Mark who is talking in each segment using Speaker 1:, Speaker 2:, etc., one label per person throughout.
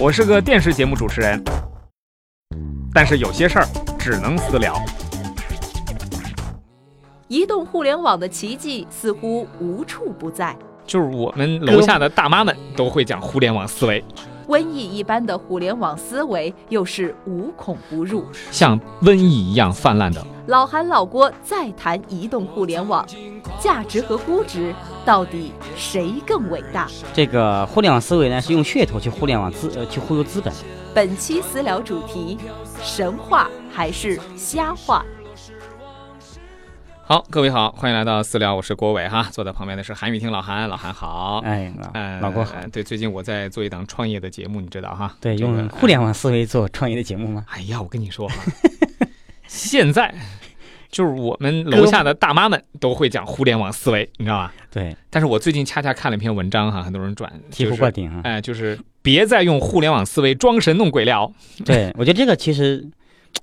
Speaker 1: 我是个电视节目主持人，但是有些事儿只能私聊。
Speaker 2: 移动互联网的奇迹似乎无处不在。
Speaker 1: 就是我们楼下的大妈们都会讲互联网思维，
Speaker 2: 瘟疫一般的互联网思维又是无孔不入。
Speaker 1: 像瘟疫一样泛滥的。
Speaker 2: 老韩老郭再谈移动互联网，价值和估值到底谁更伟大？
Speaker 3: 这个互联网思维呢，是用噱头去互联网资呃去忽悠资本。
Speaker 2: 本期私聊主题：神话还是瞎话？
Speaker 1: 好，各位好，欢迎来到私聊，我是郭伟哈，坐在旁边的是韩语听老韩，老韩好。
Speaker 3: 哎，
Speaker 1: 呃
Speaker 3: 老老郭好。
Speaker 1: 呃对，最近我在做一档创业的节目，你知道哈？
Speaker 3: 对，
Speaker 1: 这个
Speaker 3: 用互联网思维做创业的节目吗？
Speaker 1: 哎呀，我跟你说哈，现在就是我们楼下的大妈们都会讲互联网思维，你知道吧？
Speaker 3: 对，
Speaker 1: 但是我最近恰恰看了一篇文章哈，很多人转，
Speaker 3: 醍
Speaker 1: 就
Speaker 3: 醐
Speaker 1: 是
Speaker 3: 灌顶啊！
Speaker 1: 哎，就是别再用互联网思维装神弄鬼了， 呃
Speaker 3: 对，我觉得这个其实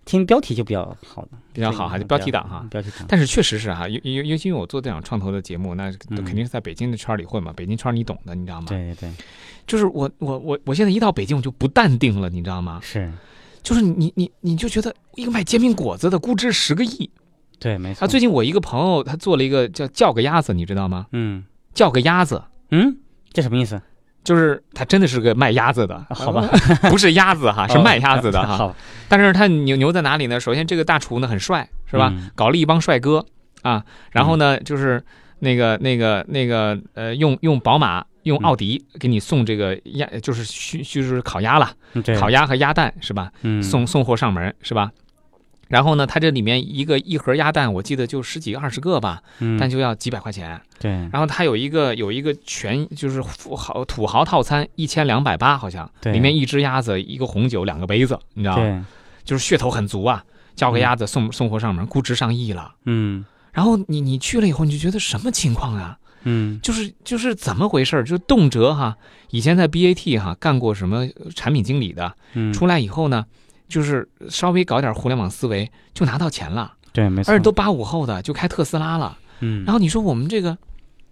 Speaker 3: 听标题就比较好了，
Speaker 1: 比较好哈，
Speaker 3: 对嗯
Speaker 1: 就标题党哈。
Speaker 3: 标题党。
Speaker 1: 但是确实是啊哈，尤尤尤其因为我做这档创投的节目，那
Speaker 3: 嗯
Speaker 1: 肯定是在北京的圈儿里混嘛，北京圈儿你懂的，你知道吗？
Speaker 3: 对对对，
Speaker 1: 就是我我我我现在一到北京我就不淡定了，你知道吗？
Speaker 3: 是，
Speaker 1: 就是你你你就觉得一个卖煎饼果子的估值十个亿
Speaker 3: 对，没错。
Speaker 1: 啊！最近我一个朋友他做了一个叫叫个鸭子，你知道吗？
Speaker 3: 嗯
Speaker 1: 叫个鸭子。
Speaker 3: 嗯，这什么意思？
Speaker 1: 就是他真的是个卖鸭子的，
Speaker 3: 啊好吧， 哦
Speaker 1: 不是鸭子哈，啊是卖鸭子的哈。
Speaker 3: 好，
Speaker 1: 但是他牛牛在哪里呢？首先，这个大厨呢很帅，是吧？
Speaker 3: 嗯
Speaker 1: 搞了一帮帅哥啊，然后呢，就是那个那个那个呃，用用宝马。
Speaker 3: 嗯
Speaker 1: 用奥迪给你送这个鸭，就是虚就是烤鸭了，
Speaker 3: 嗯对，
Speaker 1: 烤鸭和鸭蛋是吧？
Speaker 3: 嗯
Speaker 1: 送送货上门是吧？然后呢，它这里面一个一盒鸭蛋，我记得就十几个二十个吧，
Speaker 3: 嗯
Speaker 1: 但就要几百块钱。
Speaker 3: 对
Speaker 1: 然后它有一个有一个全就是富豪土豪套餐，一千两百八好像，
Speaker 3: 对
Speaker 1: 里面一啊只鸭子，一个红酒，两个杯子，你知道吗？
Speaker 3: 对，
Speaker 1: 就是噱头很足啊，叫个鸭子送送货上门，估值上亿了。
Speaker 3: 嗯
Speaker 1: 然后你你去了以后，你就觉得什么情况啊？
Speaker 3: 嗯
Speaker 1: 就是就是怎么回事儿？就动辄哈，以前在 BAT 哈干过什么产品经理的，
Speaker 3: 嗯，
Speaker 1: 出来以后呢，就是稍微搞点互联网思维就拿到钱了，
Speaker 3: 对没错，
Speaker 1: 而且都八五后的就开特斯拉了。
Speaker 3: 嗯，
Speaker 1: 然后你说我们这个，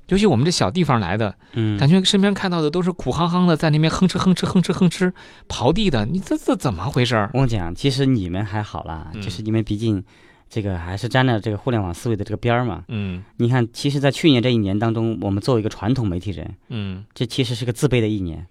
Speaker 1: 尤其我们这小地方来的，
Speaker 3: 嗯
Speaker 1: 感觉身边看到的都是苦哼哼的在那边哼哧哼哧哼哧哼哧刨地的，你这这怎么回事儿？
Speaker 3: 我跟你讲，其实你们还好啦，
Speaker 1: 嗯
Speaker 3: 就是你们毕竟这个还是沾了这个互联网思维的这个边儿嘛。
Speaker 1: 嗯
Speaker 3: 你看，其实，在去年这一年当中，我们作为一个传统媒体人，
Speaker 1: 嗯，
Speaker 3: 这其实是个自卑的一年，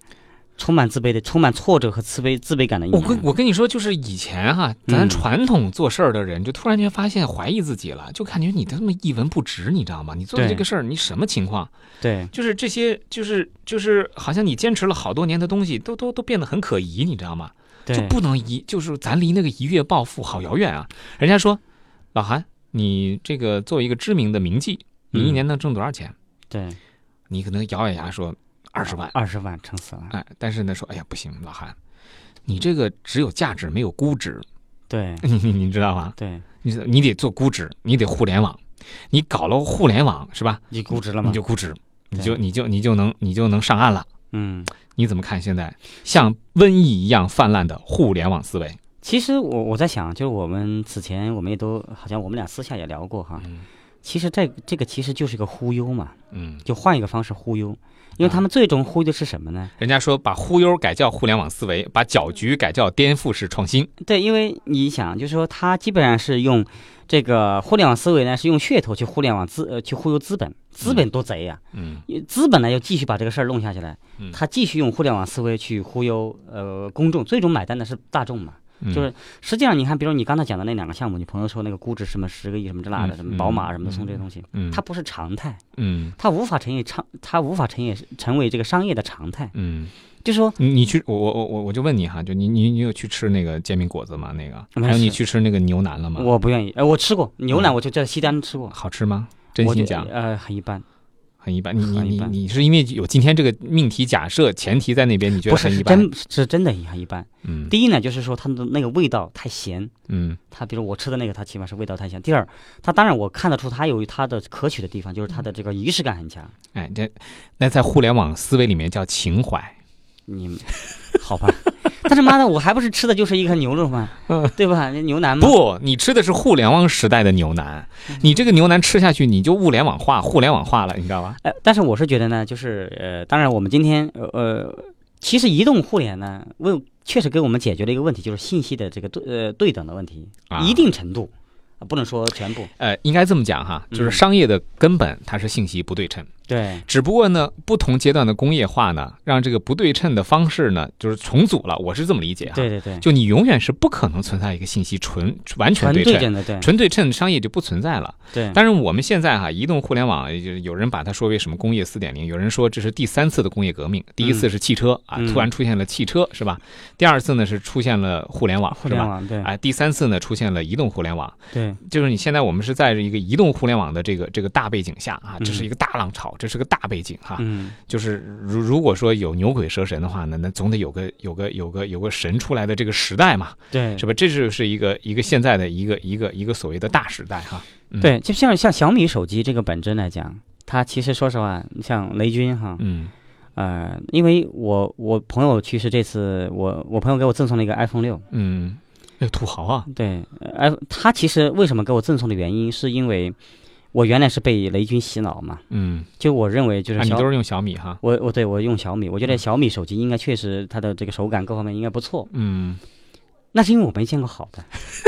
Speaker 3: 充满自卑的、充满挫折和自卑、自卑感的一
Speaker 1: 我
Speaker 3: 年。
Speaker 1: 跟我跟你说，就是以前哈、咱
Speaker 3: 嗯
Speaker 1: 传统做事儿的人，就突然间发现怀疑自己了，就感觉你他妈一文不值，你知道吗？你做的
Speaker 3: 对
Speaker 1: 这个事儿，你什么情况？
Speaker 3: 对
Speaker 1: 就是这些，就是就是，好像你坚持了好多年的东西，都都都变得很可疑，你知道吗？
Speaker 3: 对
Speaker 1: 就不能一就是咱离那个一跃暴富好遥远啊！人家说，老韩，你这个作为一个知名的名妓，你一
Speaker 3: 嗯
Speaker 1: 年能挣多少钱？
Speaker 3: 对
Speaker 1: 你可能咬咬牙说二十万，
Speaker 3: 二十万撑死了。
Speaker 1: 哎，但是呢说，哎呀不行，老韩，你这个只有价值没有估值，
Speaker 3: 对
Speaker 1: 你 你你知道吗？
Speaker 3: 对，
Speaker 1: 你你得做估值，你得互联网，你搞了互联网是吧？
Speaker 3: 你估值了吗？
Speaker 1: 你就估值，你
Speaker 3: 对
Speaker 1: 就你就你就能你就能上岸了。
Speaker 3: 嗯，
Speaker 1: 你怎么看现在像瘟疫一样泛滥的互联网思维？
Speaker 3: 其实我我在想，就是我们此前我们也都好像我们俩私下也聊过哈。
Speaker 1: 嗯
Speaker 3: 其实这这个其实就是个忽悠嘛，
Speaker 1: 嗯，
Speaker 3: 就换一个方式忽悠，因为他们最终忽悠的是什么呢？
Speaker 1: 人家说把忽悠改叫互联网思维，把搅局改叫颠覆式创新。
Speaker 3: 对，因为你想，就是说他基本上是用这个互联网思维呢，是用噱头去互联网资呃去忽悠资本，资本多贼呀、
Speaker 1: 嗯
Speaker 3: 资本呢又继续把这个事儿弄下去了
Speaker 1: 嗯，
Speaker 3: 他继续用互联网思维去忽悠呃公众，最终买单的是大众嘛。
Speaker 1: 嗯
Speaker 3: 就是实际上你看，比如你刚才讲的那两个项目，你朋友说那个估值什么十个亿什么之类的，
Speaker 1: 嗯
Speaker 3: 什么宝马什么
Speaker 1: 嗯
Speaker 3: 的送这些东西，
Speaker 1: 嗯
Speaker 3: 它不是常态，
Speaker 1: 嗯
Speaker 3: 它无法成为常，它无法成为成为这个商业的常态。
Speaker 1: 嗯，
Speaker 3: 就是说，
Speaker 1: 你你去我我我我我就问你哈，就你你你有去吃那个煎饼果子吗？那个
Speaker 3: 没
Speaker 1: 还有你
Speaker 3: 吃
Speaker 1: 去吃那个牛腩了吗？
Speaker 3: 我不愿意，呃，我吃过牛腩，我就在西单吃过，
Speaker 1: 好吃吗？嗯真
Speaker 3: 我
Speaker 1: 心
Speaker 3: 就
Speaker 1: 讲，
Speaker 3: 呃，很一般。
Speaker 1: 很一般。你你
Speaker 3: 很一
Speaker 1: 你
Speaker 3: 般
Speaker 1: 你是因为有今天这个命题假设前提在那边，你觉
Speaker 3: 不
Speaker 1: 得
Speaker 3: 是
Speaker 1: 很一
Speaker 3: 是
Speaker 1: 般？
Speaker 3: 真是真的很一般。
Speaker 1: 嗯
Speaker 3: 第一呢，就是说它的那个味道太咸，
Speaker 1: 嗯
Speaker 3: 它比如我吃的那个，它起码是味道太咸。第二，它当然我看得出它有它的可取的地方，就是它的这个仪式感很强。
Speaker 1: 哎，这那在互联网思维里面叫情怀。
Speaker 3: 你好吧？ 但是妈的，我还不是吃的就是一个牛肉嘛
Speaker 1: 嗯，
Speaker 3: 对吧？那牛腩嘛，
Speaker 1: 不，你吃的是互联网时代的牛腩，
Speaker 3: 嗯
Speaker 1: 你这个牛腩吃下去，你就物联网化、互联网化了，你知道吧？
Speaker 3: 呃，但是我是觉得呢，就是呃，当然我们今天呃呃，其实移动互联呢，为确实给我们解决了一个问题，就是信息的这个对呃对等的问题，
Speaker 1: 啊
Speaker 3: 一定程度，啊不能说全部。
Speaker 1: 呃，应该这么讲哈，就是
Speaker 3: 嗯
Speaker 1: 商业的根本它是信息不对称，
Speaker 3: 对，
Speaker 1: 只不过呢，不同阶段的工业化呢，让这个不对称的方式呢，就是重组了。我是这么理解哈，
Speaker 3: 对对对，
Speaker 1: 就你永远是不可能存在一个信息纯完全
Speaker 3: 全
Speaker 1: 对
Speaker 3: 对
Speaker 1: 称。
Speaker 3: 称的，对
Speaker 1: 纯对称商业就不存在了。
Speaker 3: 对，
Speaker 1: 但是我们现在哈、移动互联网，也就是有人把它说为什么工业四点零，有人说这是第三次的工业革命，第一次是汽车啊，
Speaker 3: 嗯
Speaker 1: 突然出现了汽车是吧？第二次呢是出现了互联网
Speaker 3: 互
Speaker 1: 是
Speaker 3: 联
Speaker 1: 吧？
Speaker 3: 网对
Speaker 1: 哎，第三次呢出现了移动互联网，
Speaker 3: 对
Speaker 1: 就是你现在我们是在一个移动互联网的这个这个大背景下啊，
Speaker 3: 嗯
Speaker 1: 这是一个大浪潮，这是个大背景哈、
Speaker 3: 嗯
Speaker 1: 就是如如果说有牛鬼蛇神的话呢，那总得有个有个有个有个神出来的这个时代嘛，
Speaker 3: 对
Speaker 1: 是吧？这就是一个一个现在的一个一个一个所谓的大时代哈。嗯
Speaker 3: 对，就像像小米手机这个本身来讲，它其实说实话，像雷军哈，
Speaker 1: 嗯
Speaker 3: 呃，因为我我朋友去世这次，我我朋友给我赠送了一个 iPhone 六，
Speaker 1: 嗯，哎，土豪啊，
Speaker 3: 对，呃，他其实为什么给我赠送的原因，是因为我原来是被雷军洗脑嘛，
Speaker 1: 嗯，
Speaker 3: 就我认为就是
Speaker 1: 啊，你
Speaker 3: 小，
Speaker 1: 都是嗯用小米哈，
Speaker 3: 我我对我用小米，我觉得小米手机应该确实它的这个手感各方面应该不错，
Speaker 1: 嗯
Speaker 3: 那是因为我没见过好的。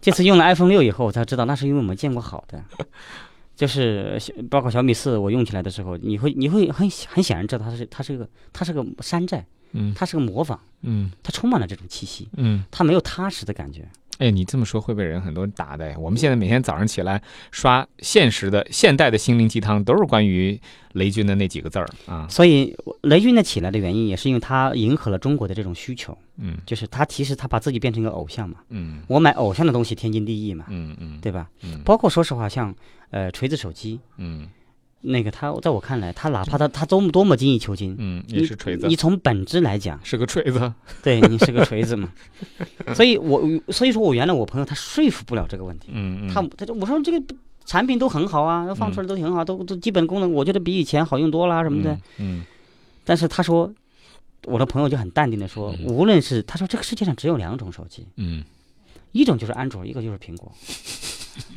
Speaker 3: 这次用了 iPhone 六以后，我才知道那是因为我没见过好的，就是小包括小米四，我用起来的时候，你会你会很很显然知道它是它是个它是个山寨，
Speaker 1: 嗯
Speaker 3: 它是个模仿，
Speaker 1: 嗯
Speaker 3: 它充满了这种气息，
Speaker 1: 嗯，
Speaker 3: 它没有踏实的感觉。
Speaker 1: 哎，你这么说会被人很多人打的哎。我们现在每天早上起来刷现实的现代的心灵鸡汤，都是关于雷军的那几个字儿啊，
Speaker 3: 所以雷军的起来的原因，也是因为他迎合了中国的这种需求，
Speaker 1: 嗯
Speaker 3: 就是他其实他把自己变成一个偶像嘛，
Speaker 1: 嗯
Speaker 3: 我买偶像的东西天经地义嘛，
Speaker 1: 嗯嗯
Speaker 3: 对吧？
Speaker 1: 嗯
Speaker 3: 包括说实话，像呃锤子手机
Speaker 1: 嗯
Speaker 3: 那个，他在我看来，他哪怕他他多么多么精益求精，
Speaker 1: 嗯，也
Speaker 3: 你
Speaker 1: 是锤子
Speaker 3: 你，从本质来讲，
Speaker 1: 是个锤子，
Speaker 3: 对你是个锤 子嘛，所以我所以说我原来我朋友他说服不了这个问题，
Speaker 1: 嗯
Speaker 3: 他他就我说这个产品都很好啊，放出来都挺好，都都基本功能我觉得比以前好用多啦什么的，，
Speaker 1: 嗯
Speaker 3: 但是他说，我的朋友就很淡定的说，无论是他说这个世界上只有两种手机，
Speaker 1: 嗯
Speaker 3: 一种就是安卓，一个就是 苹果。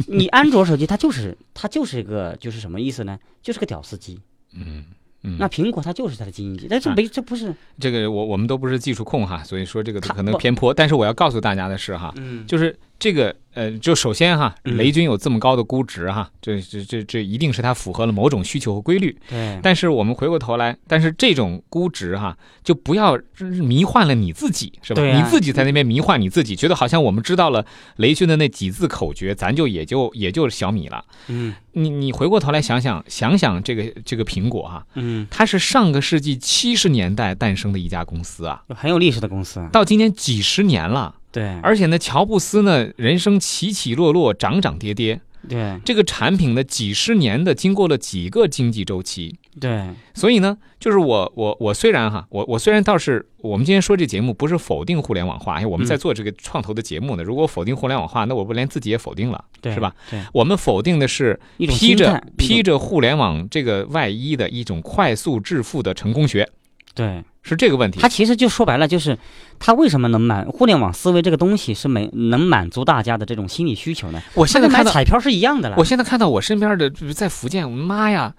Speaker 3: 你安卓手机它就是它就是一个就是什么意思呢？就是个屌丝机。
Speaker 1: 嗯嗯，
Speaker 3: 那苹果它就是它的精英机，但这
Speaker 1: 啊
Speaker 3: 没这不是，
Speaker 1: 这个我我们都不是技术控哈，所以说这个
Speaker 3: 他
Speaker 1: 可能
Speaker 3: 不
Speaker 1: 偏颇，但是我要告诉大家的是哈，
Speaker 3: 嗯，
Speaker 1: 就是这个呃，就首先哈，
Speaker 3: 嗯
Speaker 1: 雷军有这么高的估值哈，这这这这一定是它符合了某种需求和规律。
Speaker 3: 对
Speaker 1: 但是我们回过头来，但是这种估值哈，就不要迷幻了你自己，是吧？
Speaker 3: 对啊
Speaker 1: 你自己在那边迷幻你自己，觉得好像我们知道了雷军的那几字口诀，咱就也就也就小米了。
Speaker 3: 嗯
Speaker 1: 你你回过头来想想想想这个这个苹果哈，
Speaker 3: 嗯，
Speaker 1: 它是上个世纪七十年代诞生的一家公司啊，
Speaker 3: 有很有历史的公司啊，
Speaker 1: 到今年几十年了。
Speaker 3: 对，
Speaker 1: 而且呢，乔布斯呢，人生起起落落，涨涨跌跌，
Speaker 3: 对
Speaker 1: 这个产品呢，几十年的经过了几个经济周期，
Speaker 3: 对
Speaker 1: 所以呢，就是我我我虽然哈，我我虽然倒是我们今天说这节目不是否定互联网化，哎，我们在
Speaker 3: 嗯
Speaker 1: 做这个创投的节目呢，如果否定互联网化，那我不连自己也否定了，
Speaker 3: 对，
Speaker 1: 是吧？？
Speaker 3: 对，
Speaker 1: 我们否定的是
Speaker 3: 一种
Speaker 1: 披
Speaker 3: 心
Speaker 1: 着
Speaker 3: 态，一
Speaker 1: 披
Speaker 3: 种
Speaker 1: 着互联网这个外衣的一种快速致富的成功学，
Speaker 3: 对，
Speaker 1: 是这个问题
Speaker 3: 它。其实就说白了，就是它为什么能满互联网思维这个东西是没能满足大家的这种心理需求呢？
Speaker 1: 我现在
Speaker 3: 它跟
Speaker 1: 看
Speaker 3: 买
Speaker 1: 到
Speaker 3: 彩票是一样的了
Speaker 1: 我。现在看到我身边的就是在福建，我的妈呀，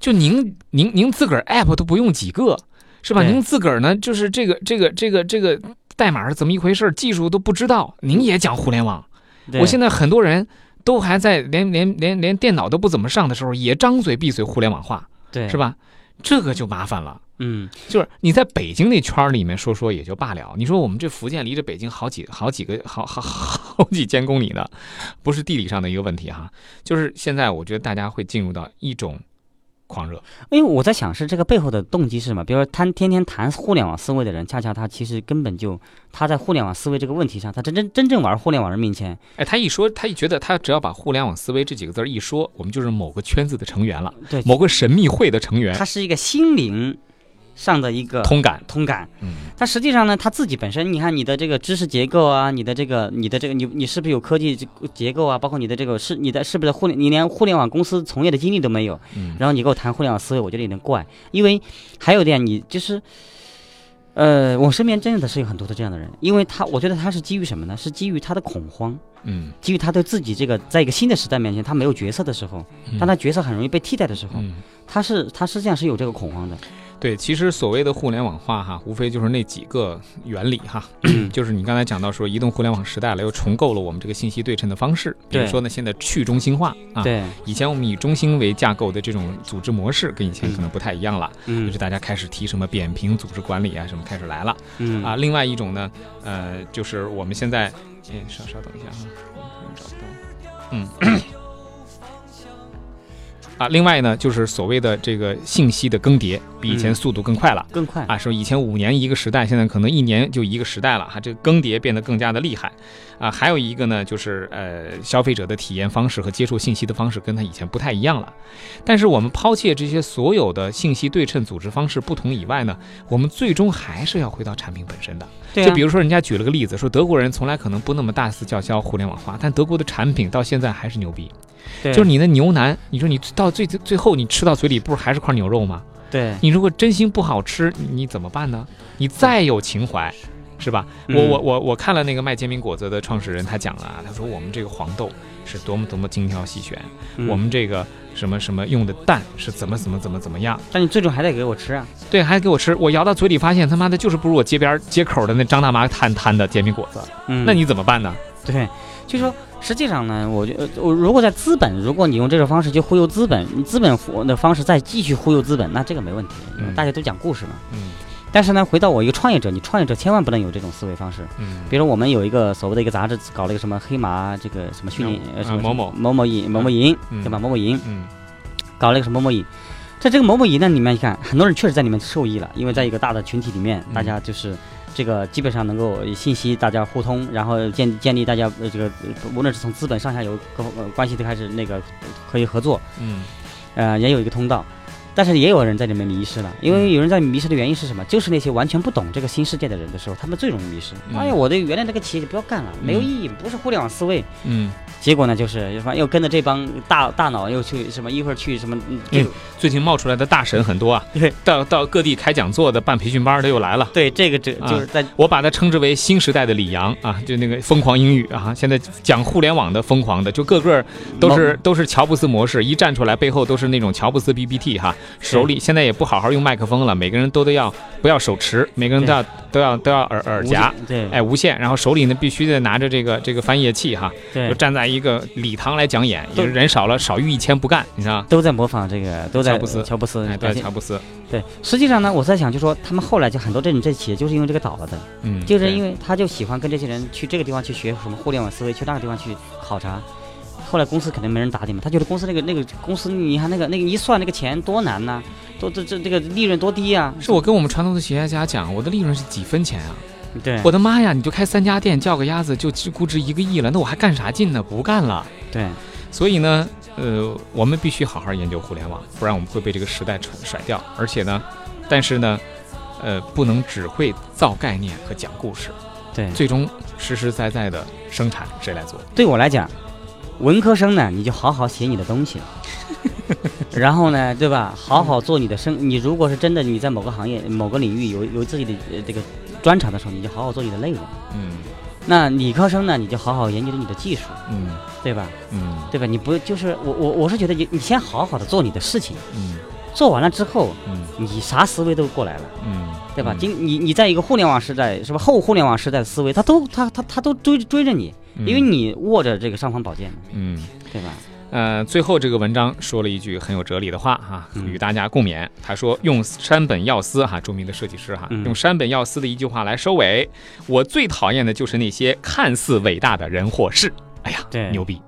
Speaker 1: 就您您您自个儿 app 都不用几个，是吧？
Speaker 3: 对
Speaker 1: 您自个儿呢，就是这个这个这个这个代码是怎么一回事儿，技术都不知道，您也讲互联网。
Speaker 3: 对
Speaker 1: 我现在很多人都还在连连连连电脑都不怎么上的时候，也张嘴闭嘴互联网化，
Speaker 3: 对
Speaker 1: 是？吧？这个就麻烦了。
Speaker 3: 嗯，
Speaker 1: 就是你在北京那圈儿里面说说也就罢了，你说我们这福建离着北京好几好几个好好好好几千公里呢，不是地理上的一个问题哈，就是现在我觉得大家会进入到一种狂热，
Speaker 3: 因为我在想是这个背后的动机是什么？比如说，他天天谈互联网思维的人，恰恰他其实根本就他在互联网思维这个问题上，他真真真正玩互联网人面前，
Speaker 1: 哎，他一说，他一觉得他只要把互联网思维这几个字儿一说，我们就是某个圈子的成员了，
Speaker 3: 对，
Speaker 1: 某个神秘会的成员
Speaker 3: 他，是一个心灵上的一个
Speaker 1: 哎通感，
Speaker 3: 通感。
Speaker 1: 嗯
Speaker 3: 但实际上呢，他自己本身，你看你的这个知识结构啊，你的这个、你的这个、你你是不是有科技结构啊？包括你的这个是你的是不是互联，你连互联网公司从业的经历都没有，
Speaker 1: 嗯
Speaker 3: 然后你给我谈互联网思维，我觉得有点怪。因为还有一点，你就是呃，我身边真的是有很多的这样的人，因为他，我觉得他是基于什么呢？是基于他的恐慌，
Speaker 1: 嗯
Speaker 3: 基于他对自己这个在一个新的时代面前，他没有角色的时候，当他角色很容易被替代的时候，
Speaker 1: 嗯，
Speaker 3: 他是他实际上是有这个恐慌的。
Speaker 1: 对，其实所谓的互联网化哈，无非就是那几个原理哈，
Speaker 3: 嗯
Speaker 1: 就是你刚才讲到说，移动互联网时代了，又重构了我们这个信息对称的方式，比如
Speaker 3: 对
Speaker 1: 说呢，现在去中心化啊，
Speaker 3: 对，
Speaker 1: 以前我们以中心为架构的这种组织模式，跟以前可能不太一样了，就
Speaker 3: 嗯
Speaker 1: 是大家开始提什么扁平组织管理啊，什么开始来了
Speaker 3: 嗯
Speaker 1: 啊。另外一种呢，呃，就是我们现在，哎，稍稍等一下啊，我找不到，嗯。 啊，另外呢，就是所谓的这个信息的更迭比以前
Speaker 3: 嗯
Speaker 1: 速度更快了。
Speaker 3: 更快。
Speaker 1: 啊，说以前五年一个时代，现在可能一年就一个时代了哈，这个更迭变得更加的厉害啊。还有一个呢，就是呃，消费者的体验方式和接触信息的方式跟他以前不太一样了。但是我们抛弃这些所有的信息对称组织方式不同以外呢，我们最终还是要回到产品本身的。
Speaker 3: 对啊，
Speaker 1: 就比如说，人家举了个例子，说德国人从来可能不那么大肆叫嚣互联网化，但德国的产品到现在还是牛逼。
Speaker 3: 对
Speaker 1: 就是你的牛腩，你说你到最最最后你吃到嘴里不是还是块牛肉吗？
Speaker 3: 对
Speaker 1: 你如果真心不好吃，你你怎么办呢？你再有情怀，是吧？
Speaker 3: 嗯
Speaker 1: 我我我我看了那个卖煎饼果子的创始人，他讲了啊，他说我们这个黄豆是多么多么精挑细选，
Speaker 3: 嗯
Speaker 1: 我们这个什么什么用的蛋是怎么怎么怎么怎么样，
Speaker 3: 但你最终还得给我吃啊。
Speaker 1: 对，还给我吃，我咬到嘴里发现他妈的就是不如我街边儿街口的那张大妈摊摊的煎饼果子，
Speaker 3: 嗯，
Speaker 1: 那你怎么办呢？
Speaker 3: 对，就说实际上呢，我觉得我如果在资本，如果你用这种方式去忽悠资本，你资本忽的方式再继续忽悠资本，那这个没问题，因为
Speaker 1: 嗯
Speaker 3: 大家都讲故事嘛。
Speaker 1: 嗯
Speaker 3: 但是呢，回到我一个创业者，你创业者千万不能有这种思维方式。
Speaker 1: 嗯
Speaker 3: 比如我们有一个所谓的一个杂志，搞了一个什么黑马这个什么训练
Speaker 1: 嗯
Speaker 3: 呃什
Speaker 1: 啊某
Speaker 3: 么
Speaker 1: 某
Speaker 3: 某某影某某营
Speaker 1: 嗯
Speaker 3: 对吧？某某营
Speaker 1: 嗯
Speaker 3: 搞了一个什么某某营，在这个某某营呢里面，你看很多人确实在里面受益了，因为在一个大的群体里面，
Speaker 1: 嗯
Speaker 3: 大家就是这个基本上能够信息大家互通，然后建建立大家呃这个呃无论是从资本上下游各方呃关系都开始那个可以合作，
Speaker 1: 嗯
Speaker 3: 呃也有一个通道。但是也有人在里面迷失了，因为有人在迷失的原因是什么？就是那些完全不懂这个新世界的人的时候，他们最容易迷失。
Speaker 1: 嗯
Speaker 3: 哎呀，我的原来这个企业就不要干了，没有
Speaker 1: 嗯
Speaker 3: 意义，不是互联网思维。
Speaker 1: 嗯，
Speaker 3: 结果呢，就是反正又跟着这帮大大脑又去什么，一会儿去什么，嗯这个
Speaker 1: 最近冒出来的大神很多啊，
Speaker 3: 对
Speaker 1: 到到各地开讲座的、办培训班儿的又来了。
Speaker 3: 对这个这
Speaker 1: 啊
Speaker 3: 就是在
Speaker 1: 我把它称之为新时代的李阳啊，就那个疯狂英语啊，现在讲互联网的疯狂的，就个个都是都是乔布斯模式，一站出来背后都是那种乔布斯 PPT 哈，手里现在也不好好用麦克风了，每个人都都要不要手持，每个人都要都要都要耳耳夹。，
Speaker 3: 对
Speaker 1: 哎，无线，然后手里呢必须得拿着这个这个翻译器哈，就
Speaker 3: 对，
Speaker 1: 站在一个礼堂来讲演，
Speaker 3: 对
Speaker 1: 也人少了少遇一千不干，你知道吗？
Speaker 3: 都在模仿这个，都在
Speaker 1: 乔布斯
Speaker 3: 乔布斯
Speaker 1: 哎，
Speaker 3: 感
Speaker 1: 对，
Speaker 3: 谢
Speaker 1: 乔布斯，
Speaker 3: 对。实际上呢，我在想，就说他们后来就很多这种这企业就是因为这个倒了的，
Speaker 1: 嗯，
Speaker 3: 就是因
Speaker 1: 为
Speaker 3: 为他就喜欢跟这些人去这个地方去学什么互联网思维，去那个地方去考察。后来公司肯定没人打你们，他觉得公司那个那个公司，你看那个那个一算那个钱多难呐、多这这这个利润多低啊！
Speaker 1: 是我跟我们传统的企业家讲，我的利润是几分钱啊？
Speaker 3: 对
Speaker 1: 我的妈呀！你就开三家店，叫个鸭子就估值一个亿了，那我还干啥劲呢？不干了。
Speaker 3: 对
Speaker 1: 所以呢，呃，我们必须好好研究互联网，不然我们会被这个时代甩甩掉。而且呢，但是呢，呃，不能只会造概念和讲故事，
Speaker 3: 对，
Speaker 1: 最终实实在在的生产谁来做？
Speaker 3: 对我来讲，文科生呢，你就好好写你的东西，然后呢，对吧？好好做你的生。你如果是真的你在某个行业、某个领域有有自己的呃这个专长的时候，你就好好做你的内容。
Speaker 1: 嗯
Speaker 3: 那理科生呢，你就好好研究你的技术，
Speaker 1: 嗯
Speaker 3: 对吧？
Speaker 1: 嗯
Speaker 3: 对吧？你不就是我我我是觉得你你先好好的做你的事情，
Speaker 1: 嗯
Speaker 3: 做完了之后，
Speaker 1: 嗯
Speaker 3: 你啥思维都过来了。
Speaker 1: 嗯，
Speaker 3: 对吧？今你你在一个互联网时代，是吧？后互联网时代的思维，他都他他他都追追着你，因为你握着这个尚方宝剑，
Speaker 1: 嗯。
Speaker 3: 对吧？
Speaker 1: 呃，最后这个文章说了一句很有哲理的话哈、
Speaker 3: 嗯
Speaker 1: 与大家共勉。他说，用山本耀司哈、著名的设计师哈、
Speaker 3: 嗯
Speaker 1: 用山本耀司的一句话来收尾：我最讨厌的就是那些看似伟大的人或事。哎呀，
Speaker 3: 对
Speaker 1: 牛逼！